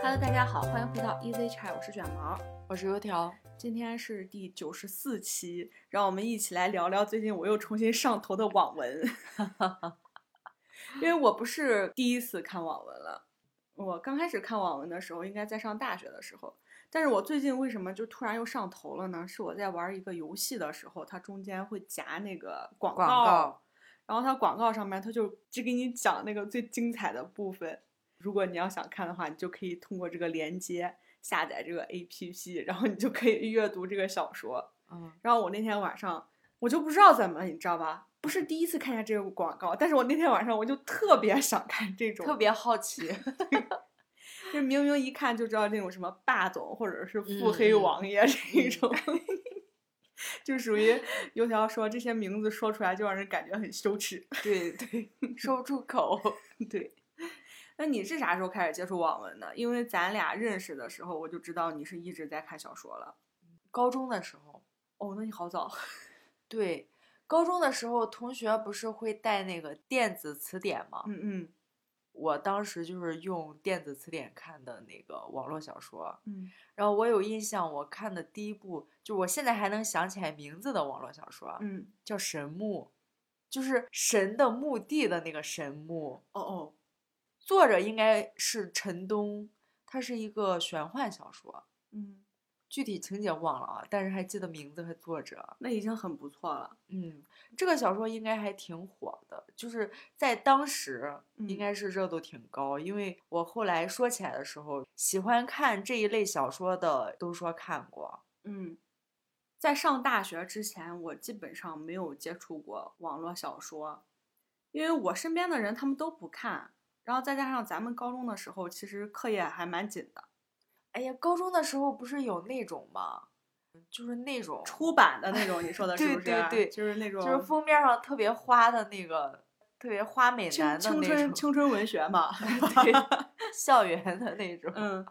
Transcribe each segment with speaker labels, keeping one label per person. Speaker 1: Hello，大家好，欢迎回到 Easy Chat，我是卷毛。
Speaker 2: 我是油条，
Speaker 1: 今天是第九十四期，让我们一起来聊聊最近我又重新上头的网文。因为我不是第一次看网文了，我刚开始看网文的时候应该在上大学的时候，但是我最近为什么就突然又上头了呢？是我在玩一个游戏的时候，它中间会夹那个广告，
Speaker 2: 广告
Speaker 1: 然后它广告上面它就只给你讲那个最精彩的部分。如果你要想看的话，你就可以通过这个连接下载这个 APP，然后你就可以阅读这个小说。
Speaker 2: 嗯，
Speaker 1: 然后我那天晚上我就不知道怎么了，你知道吧？不是第一次看见这个广告，但是我那天晚上我就特别想看这种，
Speaker 2: 特别好奇，
Speaker 1: 就是明明一看就知道那种什么霸总或者是腹
Speaker 2: 嗯
Speaker 1: 黑
Speaker 2: 嗯
Speaker 1: 王爷这种， 就属于油条说这些名字说出来就让人感觉很羞耻。
Speaker 2: 对对，说不出口。
Speaker 1: 对，那你是啥时候开始接触网文的？因为咱俩认识的时候，我就知道你是一直在看小说了。
Speaker 2: 高中的时候，
Speaker 1: 哦，那你好早。
Speaker 2: 对，高中的时候，同学不是会带那个电子词典吗？
Speaker 1: 嗯嗯
Speaker 2: 我当时就是用电子词典看的那个网络小说，
Speaker 1: 嗯，
Speaker 2: 然后我有印象，我看的第一部，就我现在还能想起来名字的网络小说，
Speaker 1: 嗯，
Speaker 2: 叫《神木》，就是神的墓地的那个神木，
Speaker 1: 哦哦，
Speaker 2: 作者应该是陈东，它是一个玄幻小说，
Speaker 1: 嗯，
Speaker 2: 具体情节忘了啊，但是还记得名字和作者。
Speaker 1: 那已经很不错了。
Speaker 2: 嗯，这个小说应该还挺火的，就是在当时
Speaker 1: 嗯
Speaker 2: 应该是热度挺高，因为我后来说起来的时候，喜欢看这一类小说的都说看过。
Speaker 1: 嗯，在上大学之前，我基本上没有接触过网络小说，因为我身边的人他们都不看，然后再加上咱们高中的时候，其实课业还蛮紧的，
Speaker 2: 哎呀，高中的时候不是有那种吗？就是那种，
Speaker 1: 出版的那种，你说的是
Speaker 2: 对
Speaker 1: 不是？啊
Speaker 2: 对对
Speaker 1: 就是那种
Speaker 2: 就是封面上特别花的那个，特别花美
Speaker 1: 青
Speaker 2: 男的
Speaker 1: 青
Speaker 2: 那
Speaker 1: 春
Speaker 2: 种，
Speaker 1: 青春文学 嘛。
Speaker 2: 对， 校园的那种。
Speaker 1: 嗯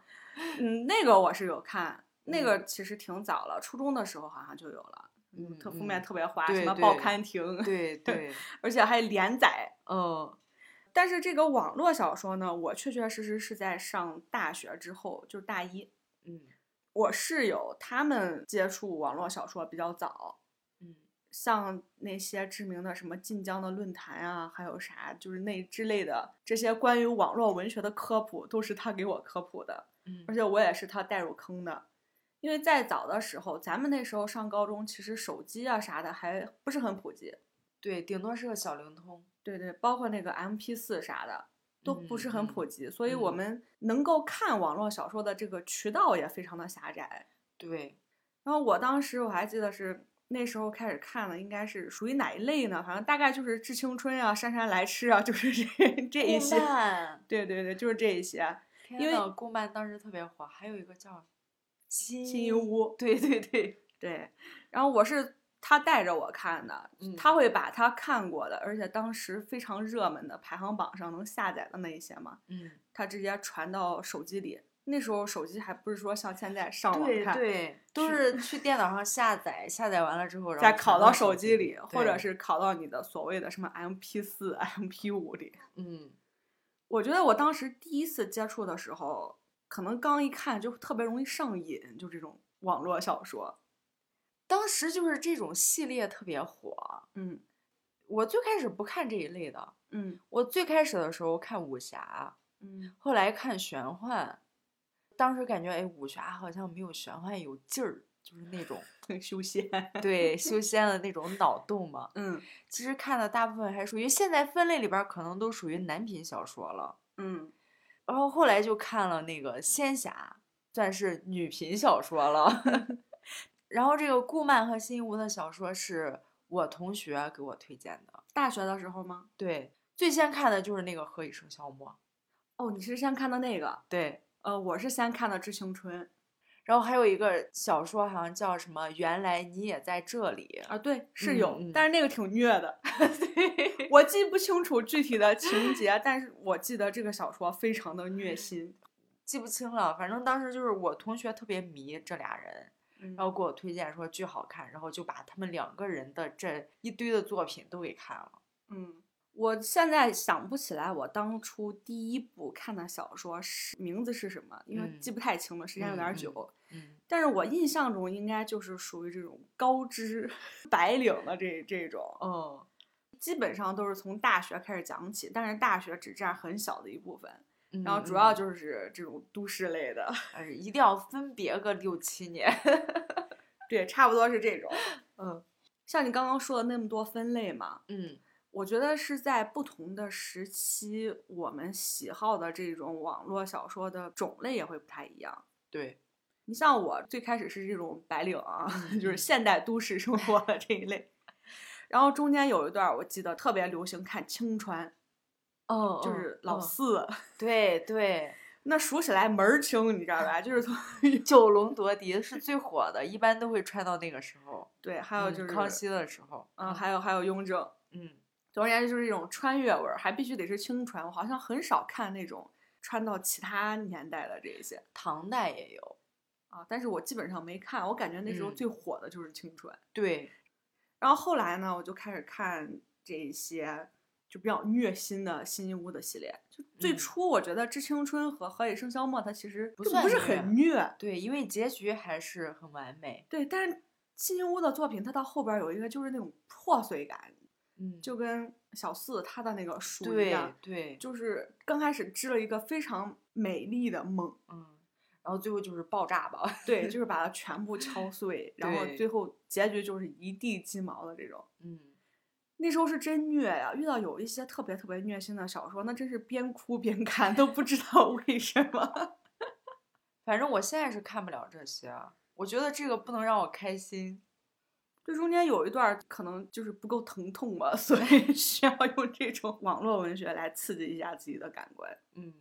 Speaker 1: 嗯，那个我是有看，那个其实挺早了，初中的时候好像就有了。
Speaker 2: 嗯
Speaker 1: 特封面
Speaker 2: 嗯
Speaker 1: 特别花，什
Speaker 2: 对
Speaker 1: 么报
Speaker 2: 对
Speaker 1: 刊亭，
Speaker 2: 对对，
Speaker 1: 而且还连载，
Speaker 2: 嗯
Speaker 1: 但是这个网络小说呢，我确确实实是在上大学之后，就是大一，
Speaker 2: 嗯
Speaker 1: 我室友他们接触网络小说比较早，
Speaker 2: 嗯
Speaker 1: 像那些知名的什么晋江的论坛啊，还有啥就是那之类的这些关于网络文学的科普，都是他给我科普的，
Speaker 2: 嗯
Speaker 1: 而且我也是他带入坑的。因为在早的时候，咱们那时候上高中，其实手机啊啥的还不是很普及，
Speaker 2: 对，顶多是个小灵通。
Speaker 1: 对对，包括那个 MP 四啥的，都不是很
Speaker 2: 嗯
Speaker 1: 普
Speaker 2: 嗯
Speaker 1: 及，所以我
Speaker 2: 嗯
Speaker 1: 们能够看网络小说的这个渠道也非常的狭窄。
Speaker 2: 对，
Speaker 1: 然后我当时我还记得是那时候开始看的，应该是属于哪一类呢？反正大概就是《致青春》啊，《姗姗来迟》啊，就是 这这一些
Speaker 2: 顾。漫，
Speaker 1: 对对对，就是这一些。
Speaker 2: 天
Speaker 1: 因为
Speaker 2: 呐，顾漫当时特别火，还有一个叫新
Speaker 1: 新一屋
Speaker 2: 对对对，
Speaker 1: 对，然后我是他带着我看的，
Speaker 2: 嗯
Speaker 1: 他会把他看过的，而且当时非常热门的排行榜上能下载的那一些嘛，
Speaker 2: 嗯，
Speaker 1: 它直接传到手机里。那时候手机还不是说像现在上网
Speaker 2: 对
Speaker 1: 看，
Speaker 2: 对，都
Speaker 1: 是
Speaker 2: 是 去电脑上下载，下载完了之后，然后
Speaker 1: 再
Speaker 2: 传
Speaker 1: 拷
Speaker 2: 到
Speaker 1: 到手机里，或者
Speaker 2: 对
Speaker 1: 是拷到你的所谓的什么 MP 四、MP 五里。
Speaker 2: 嗯
Speaker 1: 我觉得我当时第一次接触的时候，可能刚一看就特别容易上瘾，就这种网络小说。
Speaker 2: 当时就是这种系列特别火。
Speaker 1: 嗯
Speaker 2: 我最开始不看这一类的，
Speaker 1: 嗯
Speaker 2: 我最开始的时候看武侠，
Speaker 1: 嗯
Speaker 2: 后来看玄幻，当时感觉哎，武侠好像没有玄幻有劲儿，就是那 种
Speaker 1: 嗯，修仙。
Speaker 2: 对修仙的那种脑洞嘛。
Speaker 1: 嗯
Speaker 2: 其实看的大部分还属于现在分类里边儿可能都属于男频小说了。
Speaker 1: 嗯，
Speaker 2: 然后后来就看了那个仙侠，算是女频小说了。 然后这个顾漫和辛夷坞的小说是我同学给我推荐的，
Speaker 1: 大学的时候吗？
Speaker 2: 对，最先看的就是那个《何以笙箫默》，
Speaker 1: 哦，你是先看的那个？
Speaker 2: 对，
Speaker 1: 呃，我是先看的《致青春》
Speaker 2: 然后还有一个小说好像叫什么《原来你也在这里》，
Speaker 1: 啊，对，是有，
Speaker 2: 嗯嗯
Speaker 1: 但是那个挺虐 的。我记不清楚具体的情节，但是我记得这个小说非常的虐心。
Speaker 2: 记不清了，反正当时就是我同学特别迷这俩人，
Speaker 1: 嗯
Speaker 2: 然后给我推荐说巨好看，然后就把他们两个人的这一堆的作品都给看了。
Speaker 1: 嗯，我现在想不起来我当初第一部看的小说是名字是什么，因为
Speaker 2: 嗯
Speaker 1: 记不太清了，时间有
Speaker 2: 嗯
Speaker 1: 点儿
Speaker 2: 嗯
Speaker 1: 久。
Speaker 2: 嗯，
Speaker 1: 但是我印象中应该就是属于这种高知 白领的这这种，
Speaker 2: 哦，
Speaker 1: 基本上都是从大学开始讲起，但是大学只占很小的一部分，然后
Speaker 2: 嗯
Speaker 1: 主要
Speaker 2: 嗯
Speaker 1: 就是这种都市类的，
Speaker 2: 呃一定要分别个六七年。
Speaker 1: 对，差不多是这种。
Speaker 2: 嗯
Speaker 1: 像你刚刚说的那么多分类嘛，
Speaker 2: 嗯
Speaker 1: 我觉得是在不同的时期，我们喜好的这种网络小说的种类也会不太一样。
Speaker 2: 对，
Speaker 1: 你像我最开始是这种白领啊， 就是
Speaker 2: 嗯
Speaker 1: 现代都市生活的这一类，然后中间有一段儿我记得特别流行看青川，
Speaker 2: 哦，
Speaker 1: 就是
Speaker 2: 嗯
Speaker 1: 老
Speaker 2: 嗯
Speaker 1: 四，
Speaker 2: 对对，
Speaker 1: 那数起来门儿清，你知道吧？就是从
Speaker 2: 九龙夺嫡是最火的，一般都会穿到那个时候，
Speaker 1: 对，还有
Speaker 2: 嗯
Speaker 1: 就是、
Speaker 2: 康熙的时候，
Speaker 1: 嗯，还有还有雍正，
Speaker 2: 嗯
Speaker 1: 总而言之就是这种穿越文儿，还必须得是青传。我好像很少看那种穿到其他年代的这一些
Speaker 2: 唐代也有，
Speaker 1: 啊，但是我基本上没看。我感觉那时候
Speaker 2: 嗯
Speaker 1: 最火的就是青传，
Speaker 2: 对，
Speaker 1: 然后后来呢，我就开始看这一些就比较虐心的新一屋的系列。就最
Speaker 2: 嗯
Speaker 1: 初我觉得《致青春》和《何以笙箫默》它其实
Speaker 2: 不
Speaker 1: 并
Speaker 2: 算
Speaker 1: 不是
Speaker 2: 虐
Speaker 1: 很虐，
Speaker 2: 对，因为结局还是很完美，
Speaker 1: 对，但是新一屋的作品它到后边儿有一个就是那种破碎感，
Speaker 2: 嗯，
Speaker 1: 就跟小四他的那个书一
Speaker 2: 对
Speaker 1: 样。
Speaker 2: 对，
Speaker 1: 就是刚开始织了一个非常美丽的梦，
Speaker 2: 嗯，然后最后就是爆炸吧，
Speaker 1: 对，就是把它全部敲碎，然后
Speaker 2: 对
Speaker 1: 最后结局就是一地鸡毛的这种。
Speaker 2: 嗯，
Speaker 1: 那时候是真虐呀、遇到有一些特别特别虐心的小说，那真是边哭边看，都不知道为什么。
Speaker 2: 反正我现在是看不了这些，啊我觉得这个不能让我开心，
Speaker 1: 这中间有一段儿可能就是不够疼痛吧，所以 需要用这种网络文学来刺激一下自己的感官。
Speaker 2: 嗯，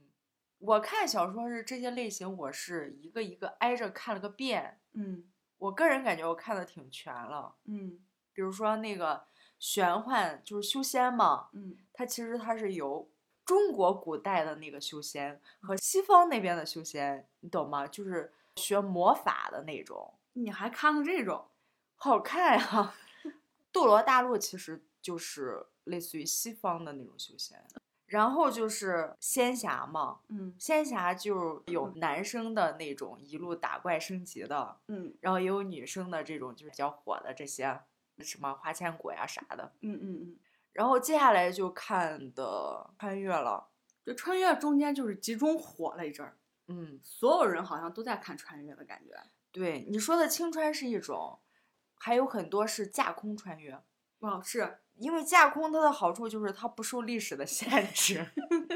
Speaker 2: 我看小说是这些类型，我是一个一个挨着看了个遍，
Speaker 1: 嗯
Speaker 2: 我个人感觉我看的挺全了。
Speaker 1: 嗯
Speaker 2: 比如说那个玄幻，就是修仙嘛，
Speaker 1: 嗯
Speaker 2: 它其实它是由中国古代的那个修仙和西方那边的修仙，你懂吗？就是学魔法的那种，
Speaker 1: 你还看了这种？
Speaker 2: 好看呀、 斗罗大陆其实就是类似于西方的那种修仙，然后就是仙侠嘛，
Speaker 1: 嗯
Speaker 2: 仙侠就有男生的那种一路打怪升级的，
Speaker 1: 嗯
Speaker 2: 然后也有女生的这种就是比较火的这些什么花千骨呀啥的。
Speaker 1: 嗯嗯嗯，
Speaker 2: 然后接下来就看的穿越了，
Speaker 1: 就穿越中间就是集中火了一阵儿。
Speaker 2: 嗯，
Speaker 1: 所有人好像都在看穿越的感觉。
Speaker 2: 对你说的青穿是一种，还有很多是架空穿越，
Speaker 1: 哦，是，
Speaker 2: 因为架空它的好处就是它不受历史的限 制，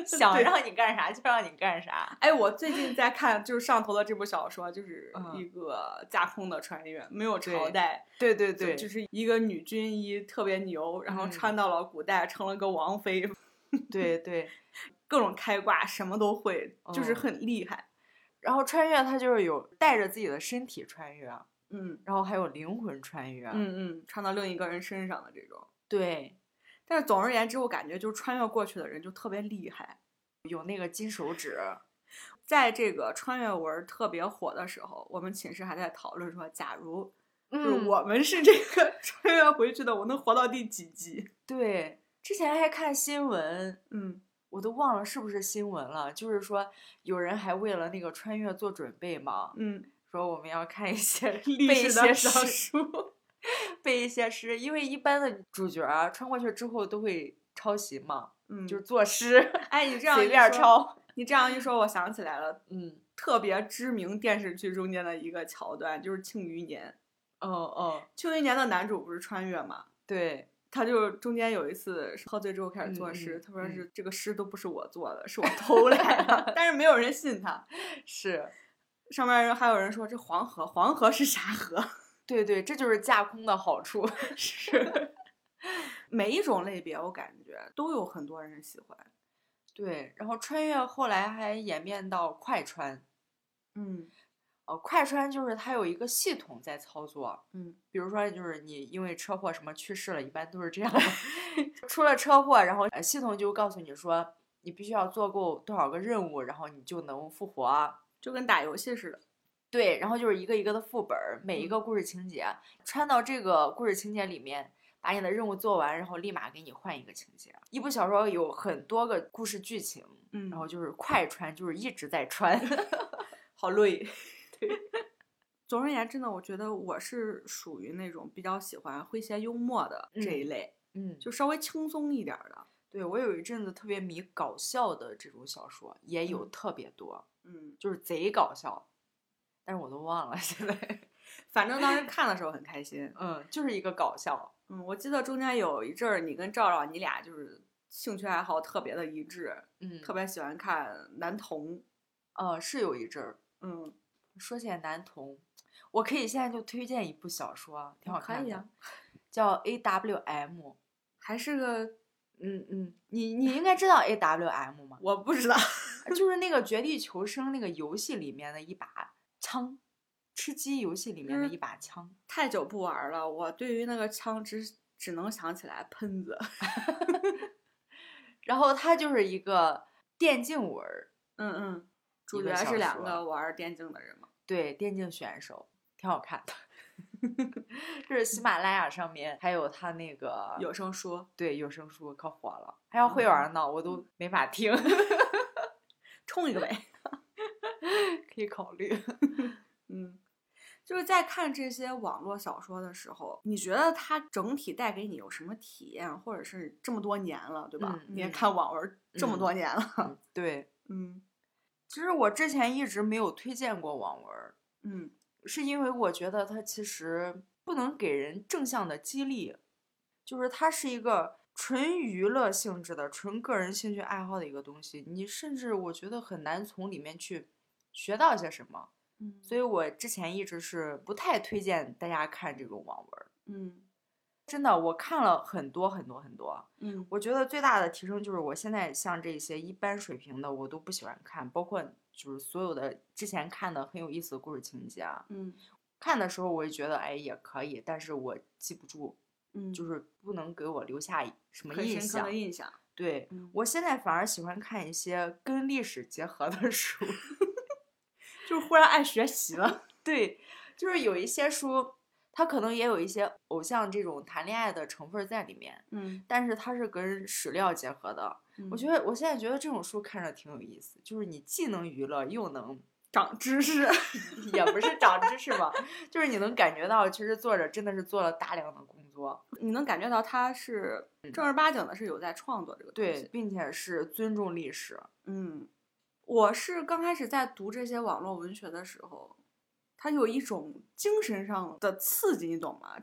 Speaker 2: 想
Speaker 1: 对
Speaker 2: 让你干啥就让你干啥。
Speaker 1: 哎，我最近在看就是上头的这部小说，就是
Speaker 2: 嗯
Speaker 1: 一个架空的穿越，没有朝
Speaker 2: 对
Speaker 1: 代，
Speaker 2: 对对
Speaker 1: 就
Speaker 2: 对，
Speaker 1: 就是一个女军医特别牛，然后
Speaker 2: 嗯
Speaker 1: 穿到了古代，成了个王妃，
Speaker 2: 对对。
Speaker 1: 各种开挂，什么都会，就是
Speaker 2: 嗯
Speaker 1: 很厉害。
Speaker 2: 然后穿越它就是有带着自己的身体穿越，
Speaker 1: 嗯
Speaker 2: 然后还有灵魂穿越。，
Speaker 1: 嗯嗯，穿到另一个人身上的这种。
Speaker 2: 对，
Speaker 1: 但是总而言之，我感觉就是穿越过去的人就特别厉害。
Speaker 2: 有那个金手指。
Speaker 1: 在这个穿越文儿特别火的时候，我们寝室还在讨论说，假如就是
Speaker 2: 嗯，
Speaker 1: 我们是这个 穿越回去的，我能活到第几集？
Speaker 2: 对，之前还看新闻，
Speaker 1: 嗯
Speaker 2: 我都忘了是不是新闻了，就是说有人还为了那个穿越做准备嘛，
Speaker 1: 嗯，
Speaker 2: 说我们要看一 些
Speaker 1: 历
Speaker 2: 背一
Speaker 1: 史的
Speaker 2: 些
Speaker 1: 少
Speaker 2: 诗，
Speaker 1: 数。
Speaker 2: 背一些诗，因为一般的主角儿啊穿过去之后都会抄袭嘛，
Speaker 1: 嗯，
Speaker 2: 就是作诗，
Speaker 1: 哎，你这样
Speaker 2: 随
Speaker 1: 一
Speaker 2: 便儿
Speaker 1: 说，
Speaker 2: 抄。
Speaker 1: 你这样一说，我想起来了，
Speaker 2: 嗯，
Speaker 1: 特别知名电视剧中间的一个桥段，就是《庆余年》。
Speaker 2: 哦哦，
Speaker 1: 《庆余年》的男主不是穿越嘛？
Speaker 2: 对，
Speaker 1: 他就中间有一次喝醉之后开始作
Speaker 2: 嗯
Speaker 1: 诗，
Speaker 2: 嗯
Speaker 1: 他说
Speaker 2: 嗯
Speaker 1: 是这个诗都不是我做的，是我偷来的， 但是没有人信他。
Speaker 2: 是，
Speaker 1: 上面人还有人说这黄河，黄河是啥河？
Speaker 2: 对对，这就是架空的好处。
Speaker 1: 是，每一种类别我感觉都有很多人喜欢。
Speaker 2: 对，然后穿越后来还演变到快穿，
Speaker 1: 嗯
Speaker 2: 呃，快穿就是它有一个系统在操作，
Speaker 1: 嗯
Speaker 2: 比如说，就是你因为车祸什么去世了，一般都是这样的， 出了车祸，然后呃系统就告诉你说，你必须要做够多少个任务，然后你就能复活。啊
Speaker 1: 就跟打游戏似的。
Speaker 2: 嗯对，然后就是一个一个的副本儿，每一个故事情节穿到这个故事情节里面，把你的任务做完，然后立马给你换一个情节。一部小说有很多个故事剧情，
Speaker 1: 嗯，
Speaker 2: 然后就是快穿，就是一直在穿。
Speaker 1: 好累。 对，总而言之呢，我觉得我是属于那种比较喜欢诙谐幽默的这一
Speaker 2: 嗯
Speaker 1: 类，
Speaker 2: 嗯，
Speaker 1: 就稍微轻松一点儿的。
Speaker 2: 对我有一阵子特别迷搞笑的这种小说，也有
Speaker 1: 嗯
Speaker 2: 特别多，
Speaker 1: 嗯，
Speaker 2: 就是贼搞笑，但是我都忘了现在。
Speaker 1: 反正当时看的时候很开心。
Speaker 2: 嗯，就是一个搞笑。
Speaker 1: 嗯，我记得中间有一阵儿，你跟赵赵，你俩就是兴趣爱好特别的一致，
Speaker 2: 嗯，
Speaker 1: 特别喜欢看男童。
Speaker 2: 呃是有一阵儿。
Speaker 1: 嗯，
Speaker 2: 说起来男童，我可以现在就推荐一部小说，挺好
Speaker 1: 可
Speaker 2: 看的，
Speaker 1: 以啊
Speaker 2: 叫 A W M。
Speaker 1: 还是个
Speaker 2: 嗯嗯，你你应该知道 A W M 吗？
Speaker 1: 我不知道。
Speaker 2: 就是那个《绝地求生》那个游戏里面的一把枪，吃鸡游戏里面的
Speaker 1: 嗯
Speaker 2: 一把枪。
Speaker 1: 太久不玩儿了，我对于那个枪只只能想起来喷子。
Speaker 2: 然后它就是一个电竞文儿，
Speaker 1: 嗯嗯，主
Speaker 2: 一个
Speaker 1: 角
Speaker 2: 小
Speaker 1: 是两
Speaker 2: 说
Speaker 1: 个玩儿电竞的人嘛。
Speaker 2: 对，电竞选手，挺好看的。 这是喜马拉雅上面还有它那个
Speaker 1: 有嗯声书
Speaker 2: 对有声书可火了，还要会玩儿呢，我都没法听，
Speaker 1: 冲一个呗。
Speaker 2: 可以考虑。
Speaker 1: 嗯，就是在看这些网络小说的时候，你觉得它整体带给你有什么体验，或者是这么多年了，对吧？
Speaker 2: 嗯
Speaker 1: 你也
Speaker 2: 嗯
Speaker 1: 看网文儿这么多年了，
Speaker 2: 嗯对，
Speaker 1: 嗯
Speaker 2: 其实我之前一直没有推荐过网文儿，
Speaker 1: 嗯
Speaker 2: 是因为我觉得它其实不能给人正向的激励，就是它是一个纯娱乐性质的、纯个人兴趣爱好的一个东西，你甚至我觉得很难从里面去学到些什么。
Speaker 1: 嗯，
Speaker 2: 所以我之前一直是不太推荐大家看这种网文儿。
Speaker 1: 嗯
Speaker 2: 真的，我看了很多很多很多，
Speaker 1: 嗯
Speaker 2: 我觉得最大的提升就是我现在像这些一般水平的我都不喜欢看，包括就是所有的之前看的很有意思的故事情节啊，
Speaker 1: 嗯
Speaker 2: 看的时候我就觉得哎也可以，但是我记不住，
Speaker 1: 嗯，
Speaker 2: 就是不能给我留下什么
Speaker 1: 很
Speaker 2: 印
Speaker 1: 深刻
Speaker 2: 象
Speaker 1: 的。印象。
Speaker 2: 对
Speaker 1: 嗯
Speaker 2: 我现在反而喜欢看一些跟历史结合的 书，
Speaker 1: 就是忽然爱学习了。
Speaker 2: 对，就是有一些书，它可能也有一些偶像这种谈恋爱的成分在里面，
Speaker 1: 嗯，
Speaker 2: 但是它是跟史料结合的。我觉
Speaker 1: 得
Speaker 2: 得我现在觉得这种书看着挺有意思，就是你既能娱乐又能，
Speaker 1: 长知识。
Speaker 2: 也不是长知识吧，就是你能感觉到其实作者真的是做了大量的工作，
Speaker 1: 你能感觉到他是正儿八经的，是有在创作这个东
Speaker 2: 嗯对，
Speaker 1: 西。，
Speaker 2: 并且是尊重历史，
Speaker 1: 嗯，我是刚开始在读这些网络文学的时候，它有一种精神上的刺激，你懂吗？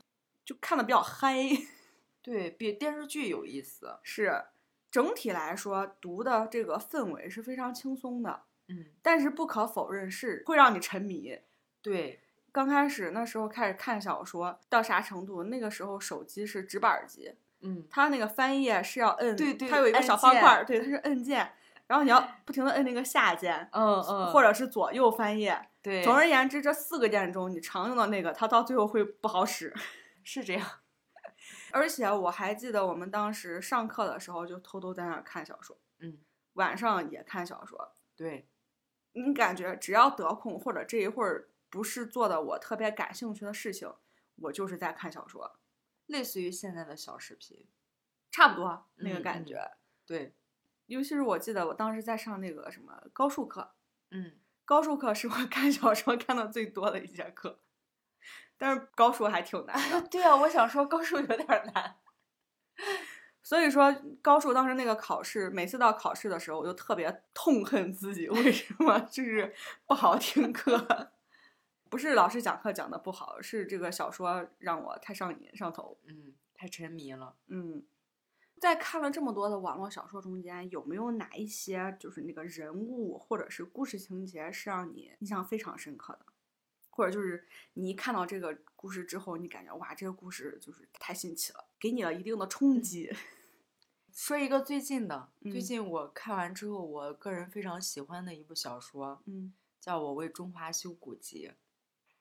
Speaker 1: 就看的比较嗨。
Speaker 2: 对比电视剧有意思。
Speaker 1: 是，整体来说读的这个氛围是非常轻松的，
Speaker 2: 嗯，
Speaker 1: 但是不可否认是会让你沉迷。
Speaker 2: 对，
Speaker 1: 刚开始那时候开始看小说到啥程度？那个时候手机是直板儿机，
Speaker 2: 嗯，
Speaker 1: 它那个翻页是要摁，
Speaker 2: 对对
Speaker 1: 它有一个
Speaker 2: 按
Speaker 1: 小方块儿，
Speaker 2: 键
Speaker 1: 对，它是摁键，然后你要不停的摁那个下键，
Speaker 2: 嗯嗯，
Speaker 1: 或者是左右翻页。
Speaker 2: 对，
Speaker 1: 总而言之，这四个键中你常用的那个，它到最后会不好使。
Speaker 2: 是这样。
Speaker 1: 而且我还记得我们当时上课的时候就偷偷在那儿看小说，
Speaker 2: 嗯，
Speaker 1: 晚上也看小说。
Speaker 2: 对，
Speaker 1: 你感觉只要得空，或者这一会儿不是做的我特别感兴趣的事情，我就是在看小说，
Speaker 2: 类似于现在的小视频。
Speaker 1: 差不多那个
Speaker 2: 嗯
Speaker 1: 感
Speaker 2: 嗯
Speaker 1: 觉。
Speaker 2: 对，
Speaker 1: 尤其是我记得我当时在上那个什么高数课，
Speaker 2: 嗯，
Speaker 1: 高数课是我看小说看的最多的一节课，但是高数还挺难的。
Speaker 2: 对啊，我想说高数有点儿难。
Speaker 1: 所以说，高数当时那个考试，每次到考试的时候，我就特别痛恨自己， 为什么就是不好听课？ 不是老师讲课讲的不好，是这个小说让我太上瘾上头。
Speaker 2: 嗯，太沉迷了。
Speaker 1: 嗯，在看了这么多的网络小说中间，有没有哪一些就是那个人物或者是故事情节是让你印象非常深刻的，或者就是你一看到这个故事之后，你感觉哇，这个故事就是太新奇了，给你了一定的冲击。
Speaker 2: 说一个最近的，最
Speaker 1: 嗯
Speaker 2: 近我看完之后，我个人非常喜欢的一部小说，
Speaker 1: 嗯，
Speaker 2: 叫《我为中华修古籍》。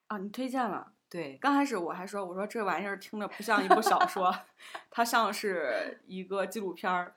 Speaker 1: 啊，你推荐了。
Speaker 2: 对，
Speaker 1: 刚开始我还说，我说这玩意儿听着不像一部小说， 它像是一个纪录片儿。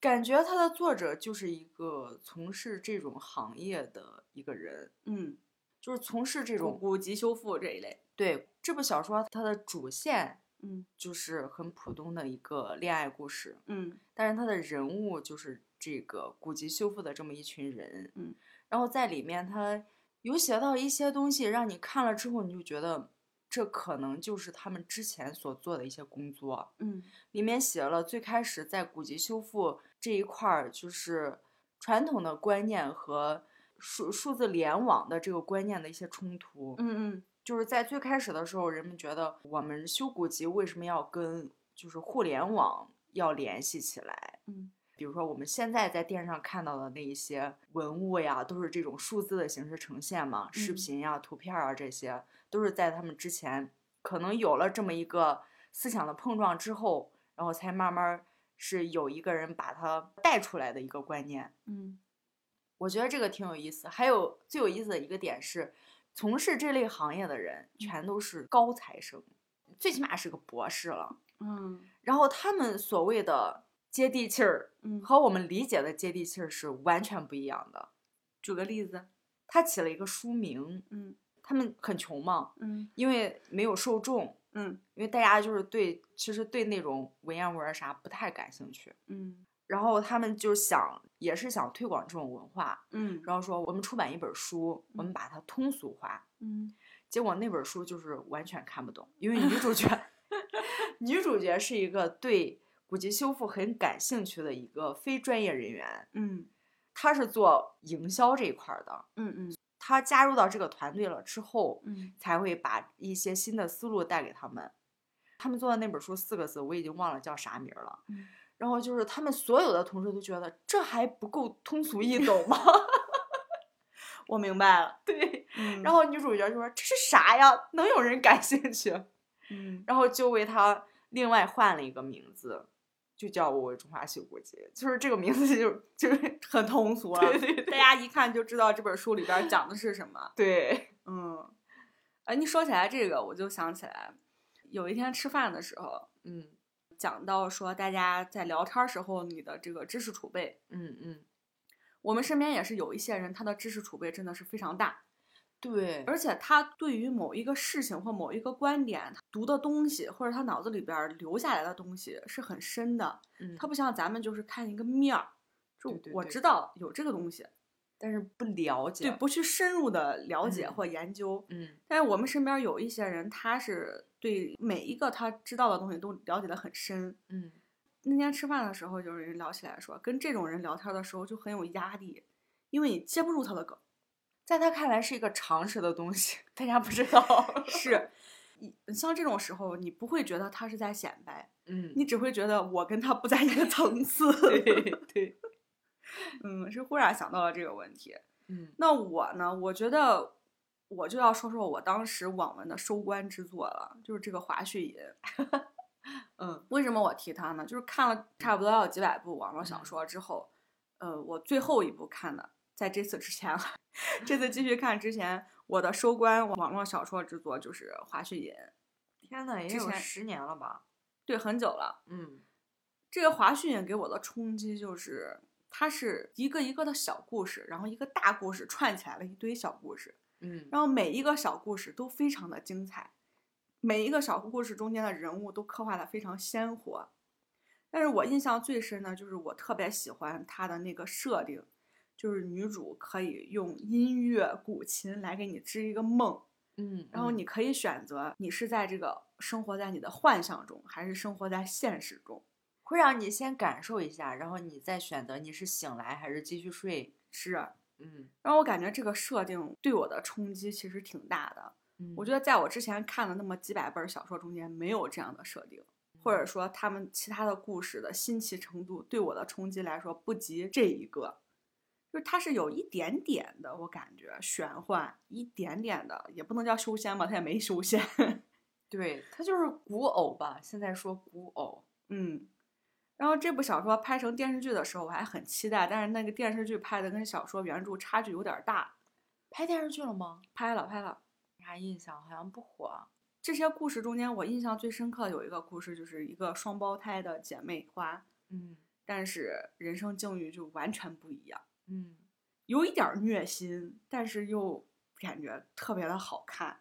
Speaker 2: 感觉它的作者就是一个从事这种行业的一个人，
Speaker 1: 嗯，
Speaker 2: 就是从事这
Speaker 1: 古
Speaker 2: 种
Speaker 1: 古籍修复这一类。
Speaker 2: 对这部小说它的主线
Speaker 1: 嗯
Speaker 2: 就是很普通的一个恋爱故事，
Speaker 1: 嗯
Speaker 2: 但是他的人物就是这个古籍修复的这么一群人，
Speaker 1: 嗯，
Speaker 2: 然后在里面他有写到一些东西，让你看了之后你就觉得这可能就是他们之前所做的一些工作，
Speaker 1: 嗯
Speaker 2: 里面写了最开始在古籍修复这一块儿，就是传统的观念和数数字联网的这个观念的一些冲突。
Speaker 1: 嗯
Speaker 2: 就是在最开始的时候，人们觉得我们修古籍为什么要跟就是互联网要联系起来？
Speaker 1: 嗯
Speaker 2: 比如说我们现在在电视上看到的那一些文物呀，都是这种数字的形式呈现嘛，视
Speaker 1: 嗯
Speaker 2: 频呀、图片啊，这些都是在他们之前可能有了这么一个思想的碰撞之后，然后才慢慢儿是有一个人把它带出来的一个观念。
Speaker 1: 嗯
Speaker 2: 我觉得这个挺有意思。还有最有意思的一个点是，从事这类行业的人全都是高材生，最起码是个博士了。
Speaker 1: 嗯
Speaker 2: 然后他们所谓的接地气儿
Speaker 1: 嗯，
Speaker 2: 和我们理解的接地气儿是完全不一样的。
Speaker 1: 举个例子，
Speaker 2: 他起了一个书名，
Speaker 1: 嗯
Speaker 2: 他们很穷嘛，
Speaker 1: 嗯
Speaker 2: 因为没有受众，
Speaker 1: 嗯
Speaker 2: 因为大家就是对其实对那种文言文儿啊啥不太感兴趣。
Speaker 1: 嗯
Speaker 2: 然后他们就想，也是想推广这种文化，
Speaker 1: 嗯
Speaker 2: 然后说我们出版一本书，我
Speaker 1: 嗯
Speaker 2: 们把它通俗化。
Speaker 1: 嗯
Speaker 2: 结果那本书就是完全看不懂，因为女主角， 女主角是一个对古籍修复很感兴趣的一个非专业人员，
Speaker 1: 嗯
Speaker 2: 她是做营销这一块儿的。
Speaker 1: 嗯
Speaker 2: 她加入到这个团队了之后，
Speaker 1: 嗯
Speaker 2: 才会把一些新的思路带给他们。他们做的那本书四个字，我已经忘了叫啥名儿了。
Speaker 1: 嗯
Speaker 2: 然后就是他们所有的同事都觉得这还不够通俗易懂吗？
Speaker 1: 我明白了。
Speaker 2: 对，
Speaker 1: 嗯
Speaker 2: 然后女主角就说：“这是啥呀？能有人感兴趣？”
Speaker 1: 嗯
Speaker 2: 然后就为它另外换了一个名字，就叫《我为中华修国节》，就是这个名字就 就是
Speaker 1: 很通俗了，
Speaker 2: 对对对
Speaker 1: 大家一看就知道这本书里边讲的是什么。
Speaker 2: 对，
Speaker 1: 嗯，哎，你说起来这个，我就想起来，有一天吃饭的时候
Speaker 2: 嗯
Speaker 1: 讲到说，大家在聊天儿时候你的这个知识储备，
Speaker 2: 嗯嗯，
Speaker 1: 我们身边也是有一些人，他的知识储备真的是非常大，
Speaker 2: 对，
Speaker 1: 而且他对于某一个事情或某一个观点他读的东西，或者他脑子里边儿留下来的东西是很深的，
Speaker 2: 嗯
Speaker 1: 他不像咱们就是看一个面儿。就
Speaker 2: 对对
Speaker 1: 我
Speaker 2: 对
Speaker 1: 知道有这个东西，
Speaker 2: 但是不了解，
Speaker 1: 对，不去深入的了解
Speaker 2: 嗯
Speaker 1: 或研究，
Speaker 2: 嗯
Speaker 1: 但是我们身边儿有一些人，他是对每一个他知道的东西都了解的很深。
Speaker 2: 嗯
Speaker 1: 那天吃饭的时候，有人聊起来说，跟这种人聊天儿的时候就很有压力，因为你接不住他的梗。
Speaker 2: 在他看来是一个常识的东西，大家不知道，
Speaker 1: 是，你像这种时候，你不会觉得他是在显摆，
Speaker 2: 嗯，
Speaker 1: 你只会觉得我跟他不在一个层次。
Speaker 2: 对对，
Speaker 1: 嗯，是忽然想到了这个问题。
Speaker 2: 嗯
Speaker 1: 那我呢？我觉得我就要说说我当时网文的收官之作了，就是这个华胥引。
Speaker 2: 嗯
Speaker 1: 为什么我提它呢？就是看了差不多要有几百部网络小说之后，呃，我最后一部看的，在这次之前了， 这次继续看之前，我的收官网络小说之作就是《华胥引》，
Speaker 2: 天呐，也
Speaker 1: 之
Speaker 2: 有
Speaker 1: 前
Speaker 2: 十年了吧？
Speaker 1: 对，很久了。
Speaker 2: 嗯
Speaker 1: 这个《华胥引》给我的冲击就是，它是一个一个的小故事，然后一个大故事串起来了一堆小故事，
Speaker 2: 嗯
Speaker 1: 然后每一个小故事都非常的精彩，每一个小故事中间的人物都刻画的非常鲜活。但是我印象最深的就是我特别喜欢它的那个设定，就是女主可以用音乐、古琴来给你织一个梦，
Speaker 2: 嗯，
Speaker 1: 然后
Speaker 2: 嗯
Speaker 1: 你可以选择你是在这个生活在你的幻想中，还是生活在现实中。
Speaker 2: 会让你先感受一下，然后你再选择你是醒来还是继续睡。
Speaker 1: 是，
Speaker 2: 嗯
Speaker 1: 然后我感觉这个设定对我的冲击其实挺大的。
Speaker 2: 嗯，
Speaker 1: 我觉得在我之前看的那么几百本儿小说中间，没有这样的设定，或者说他们其他的故事的新奇程度对我的冲击来说不及这一个，就是它是有一点点的，我感觉玄幻，一点点的，也不能叫修仙吧，它也没修仙，
Speaker 2: 对，它就是古偶吧，现在说古偶，
Speaker 1: 嗯。然后这部小说拍成电视剧的时候，我还很期待，但是那个电视剧拍的跟小说原著差距有点儿大。
Speaker 2: 拍电视剧了吗？
Speaker 1: 拍了，拍了。
Speaker 2: 没啥印象，好像不火。啊
Speaker 1: 这些故事中间，我印象最深刻有一个故事，就是一个双胞胎的姐妹花，
Speaker 2: 嗯
Speaker 1: 但是人生境遇就完全不一样，
Speaker 2: 嗯
Speaker 1: 有一点儿虐心，但是又感觉特别的好看。